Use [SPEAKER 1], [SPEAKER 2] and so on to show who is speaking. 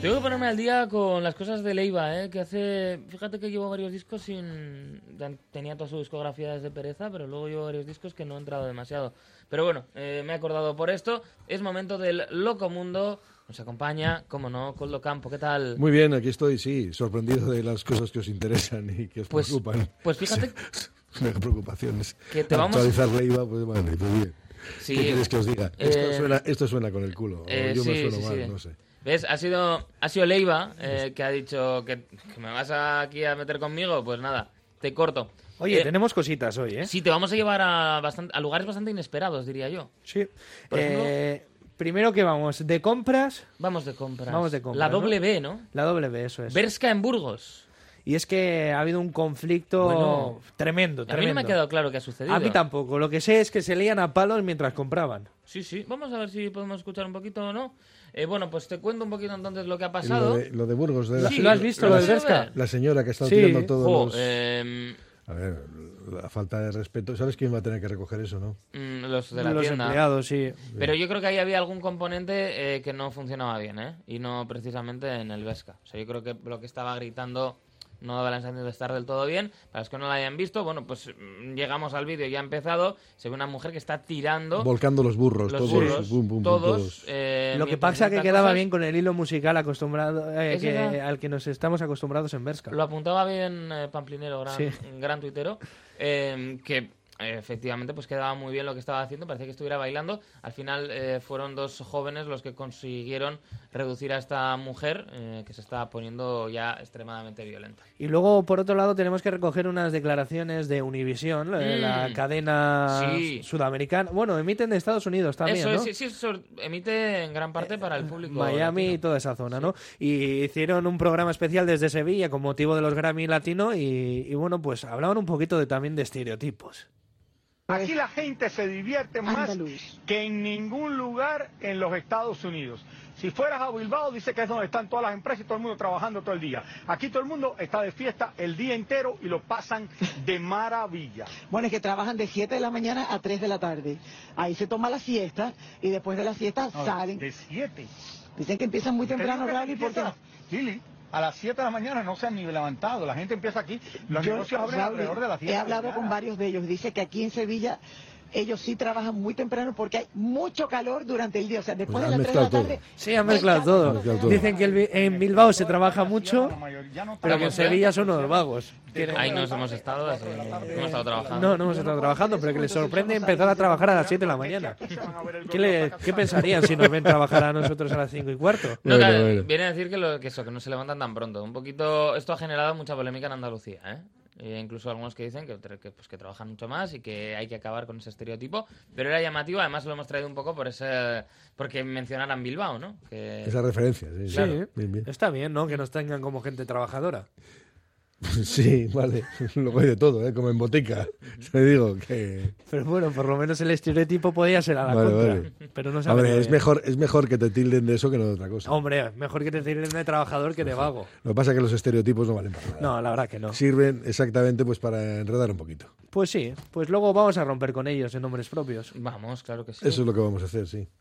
[SPEAKER 1] Tengo que ponerme al día con las cosas de Leiva, ¿eh? que hace. Fíjate que llevo varios discos sin. tan- Tenía toda su discografía desde pereza, pero luego llevo varios discos que no he entrado demasiado. Pero bueno, eh, me he acordado por esto. Es momento del Loco Mundo. Nos acompaña, como no, Coldo Campo. ¿Qué tal?
[SPEAKER 2] Muy bien, aquí estoy, sí, sorprendido de las cosas que os interesan y que os
[SPEAKER 1] Pues-
[SPEAKER 2] preocupan.
[SPEAKER 1] pues fíjate-
[SPEAKER 2] Mega preocupaciones.
[SPEAKER 1] Que te vamos-
[SPEAKER 2] Actualizar Leiva, pues vale, pues bien.
[SPEAKER 1] Sí.
[SPEAKER 2] ¿Qué quieres que os diga? Esto,
[SPEAKER 1] Eh,
[SPEAKER 2] suena, esto suena con el culo. o
[SPEAKER 1] Eh,
[SPEAKER 2] yo me
[SPEAKER 1] sí,
[SPEAKER 2] sueno
[SPEAKER 1] sí,
[SPEAKER 2] mal,
[SPEAKER 1] sí.
[SPEAKER 2] no sé.
[SPEAKER 1] ¿Ves? Ha sido, ha sido Leiva eh, que ha dicho que, que me vas aquí a meter conmigo. Pues nada, te corto.
[SPEAKER 3] Oye,
[SPEAKER 1] Eh,
[SPEAKER 3] tenemos cositas hoy, ¿eh?
[SPEAKER 1] Sí, te vamos a llevar a, bastan- a lugares bastante inesperados, diría yo.
[SPEAKER 3] Sí.
[SPEAKER 1] Por ejemplo-
[SPEAKER 3] Eh, primero que vamos, de compras,
[SPEAKER 1] Vamos de compras.
[SPEAKER 3] Vamos de compras,
[SPEAKER 1] La
[SPEAKER 3] ¿no?
[SPEAKER 1] doble B, ¿no?
[SPEAKER 3] la W, eso es.
[SPEAKER 1] Berska en Burgos.
[SPEAKER 3] Y es que ha habido un conflicto
[SPEAKER 1] Bueno.
[SPEAKER 3] tremendo,
[SPEAKER 1] A mí
[SPEAKER 3] tremendo.
[SPEAKER 1] no me ha quedado claro qué ha sucedido.
[SPEAKER 3] A mí tampoco. Lo que sé es que se leían a palos mientras compraban.
[SPEAKER 1] Sí, sí. Vamos a ver si podemos escuchar un poquito o no. Eh, bueno, pues te cuento un poquito entonces lo que ha
[SPEAKER 2] Lo
[SPEAKER 1] pasado.
[SPEAKER 2] de, lo de Burgos, de la,
[SPEAKER 1] Sí,
[SPEAKER 3] ¿Lo has visto, lo del
[SPEAKER 1] has ido a
[SPEAKER 3] Berska?
[SPEAKER 1] ver?
[SPEAKER 2] la señora que está
[SPEAKER 3] Sí.
[SPEAKER 2] tirando todos
[SPEAKER 1] Jo,
[SPEAKER 2] los...
[SPEAKER 1] eh,
[SPEAKER 2] A ver, la falta de respeto. ¿Sabes quién va a tener que recoger eso, no?
[SPEAKER 1] mm, los de la
[SPEAKER 3] Los
[SPEAKER 1] tienda. Eh,
[SPEAKER 3] empleados, sí.
[SPEAKER 1] Pero yo creo que ahí había algún componente eh, que no funcionaba bien, ¿eh? Y no precisamente en el Vesca. O sea, yo creo que lo que estaba gritando no daba la sensación de estar del todo bien. Para los que no la hayan visto, bueno, pues mm, llegamos al vídeo, ya ha empezado. Se ve una mujer que está tirando
[SPEAKER 2] Volcando los burros,
[SPEAKER 1] los
[SPEAKER 2] todos.
[SPEAKER 1] burros.
[SPEAKER 2] bum, bum, bum,
[SPEAKER 1] todos.
[SPEAKER 2] todos.
[SPEAKER 1] eh,
[SPEAKER 3] Lo que
[SPEAKER 1] mientras
[SPEAKER 3] pasa que
[SPEAKER 1] cuenta
[SPEAKER 3] quedaba
[SPEAKER 1] cosas.
[SPEAKER 3] bien con el hilo musical acostumbrado eh,
[SPEAKER 1] Es
[SPEAKER 3] que-
[SPEAKER 1] verdad.
[SPEAKER 3] al que nos estamos acostumbrados en Berska.
[SPEAKER 1] Lo apuntaba bien eh, Pamplinero, gran,
[SPEAKER 3] Sí.
[SPEAKER 1] gran tuitero, eh, que eh, efectivamente pues quedaba muy bien lo que estaba haciendo, parecía que estuviera bailando. Al final eh, fueron dos jóvenes los que consiguieron reducir a esta mujer eh, que se estaba poniendo ya extremadamente violenta.
[SPEAKER 3] Y luego, por otro lado, tenemos que recoger unas declaraciones de Univision, eh, la
[SPEAKER 1] Mm.
[SPEAKER 3] cadena
[SPEAKER 1] Sí.
[SPEAKER 3] sudamericana. Bueno, emiten de Estados Unidos también,
[SPEAKER 1] Eso
[SPEAKER 3] ¿no? Eh,
[SPEAKER 1] es, sí, sí, eso emite en gran parte para el público.
[SPEAKER 3] Miami y
[SPEAKER 1] latino.
[SPEAKER 3] toda esa zona,
[SPEAKER 1] Sí.
[SPEAKER 3] ¿no? Y hicieron un programa especial desde Sevilla con motivo de los Grammy Latino y, y, bueno, pues hablaban un poquito de, también de estereotipos.
[SPEAKER 4] Aquí la gente se divierte más
[SPEAKER 5] Pues, Andaluz.
[SPEAKER 4] que en ningún lugar en los Estados Unidos. Si fueras a Bilbao, dice que es donde están todas las empresas y todo el mundo trabajando todo el día. Aquí todo el mundo está de fiesta el día entero y lo pasan de maravilla.
[SPEAKER 5] Bueno, es que trabajan de 7 de la mañana a 3 de la tarde. Ahí se toma la siesta y después de la siesta
[SPEAKER 4] Ah,
[SPEAKER 5] salen.
[SPEAKER 4] De 7.
[SPEAKER 5] Dicen que empiezan muy temprano, Rally, porque...
[SPEAKER 4] Lili, a las 7 de la mañana no se han ni levantado. La gente empieza aquí. Los
[SPEAKER 5] Yo,
[SPEAKER 4] negocios abren
[SPEAKER 5] Raúl,
[SPEAKER 4] alrededor de las 10.
[SPEAKER 5] he hablado con varios de ellos. Dice que aquí en Sevilla ellos sí trabajan muy temprano porque hay mucho calor durante el día. O sea, después
[SPEAKER 2] Pues
[SPEAKER 5] de
[SPEAKER 2] han
[SPEAKER 5] las 3 de la
[SPEAKER 2] mezclado
[SPEAKER 5] tarde...
[SPEAKER 3] Sí, han mezclado
[SPEAKER 2] Han mezclado
[SPEAKER 3] todo.
[SPEAKER 2] todo.
[SPEAKER 3] Dicen que el Bi- en Bilbao se trabaja mucho, pero que en
[SPEAKER 1] Vamos, ¿eh?
[SPEAKER 3] Sevilla son unos vagos. Tienen-
[SPEAKER 1] Ahí nos hemos estado, así que hemos estado trabajando.
[SPEAKER 3] No, no hemos estado trabajando, pero que les sorprende empezar a trabajar a las 7 de la mañana. ¿Qué, le- qué pensarían si nos ven trabajar a nosotros a las 5 y cuarto?
[SPEAKER 1] No,
[SPEAKER 2] Bueno,
[SPEAKER 1] claro,
[SPEAKER 2] bueno.
[SPEAKER 1] Viene a decir que, lo, que eso, que no se levantan tan pronto. Un poquito, esto ha generado mucha polémica en Andalucía, ¿eh? Eh, incluso algunos que dicen que, tra- que, pues, que trabajan mucho más y que hay que acabar con ese estereotipo. Pero era llamativo, además lo hemos traído un poco por ese, porque mencionaran Bilbao, ¿no? Que-
[SPEAKER 2] Esa referencia, sí. sí.
[SPEAKER 3] Claro.
[SPEAKER 2] Bien, bien.
[SPEAKER 3] Está bien, ¿no? Que nos tengan como gente trabajadora.
[SPEAKER 2] Sí, vale. Luego hay de todo, ¿eh? como en botica. Te digo que.
[SPEAKER 3] Pero bueno, por lo menos el estereotipo podía ser a la
[SPEAKER 2] Vale,
[SPEAKER 3] contra.
[SPEAKER 2] vale.
[SPEAKER 3] Pero no se ha
[SPEAKER 2] A ver,
[SPEAKER 3] venido
[SPEAKER 2] es
[SPEAKER 3] Pues bien.
[SPEAKER 2] mejor, es mejor que te tilden de eso que no de otra cosa.
[SPEAKER 3] Hombre, mejor que te tiren de trabajador que de vago.
[SPEAKER 2] Lo que pasa es que los estereotipos no valen para nada.
[SPEAKER 3] No, la verdad que no.
[SPEAKER 2] Sirven exactamente pues para enredar un poquito.
[SPEAKER 3] Pues sí, pues luego vamos a romper con ellos en nombres propios.
[SPEAKER 1] Vamos, claro que sí.
[SPEAKER 2] Eso es lo que vamos a hacer, sí.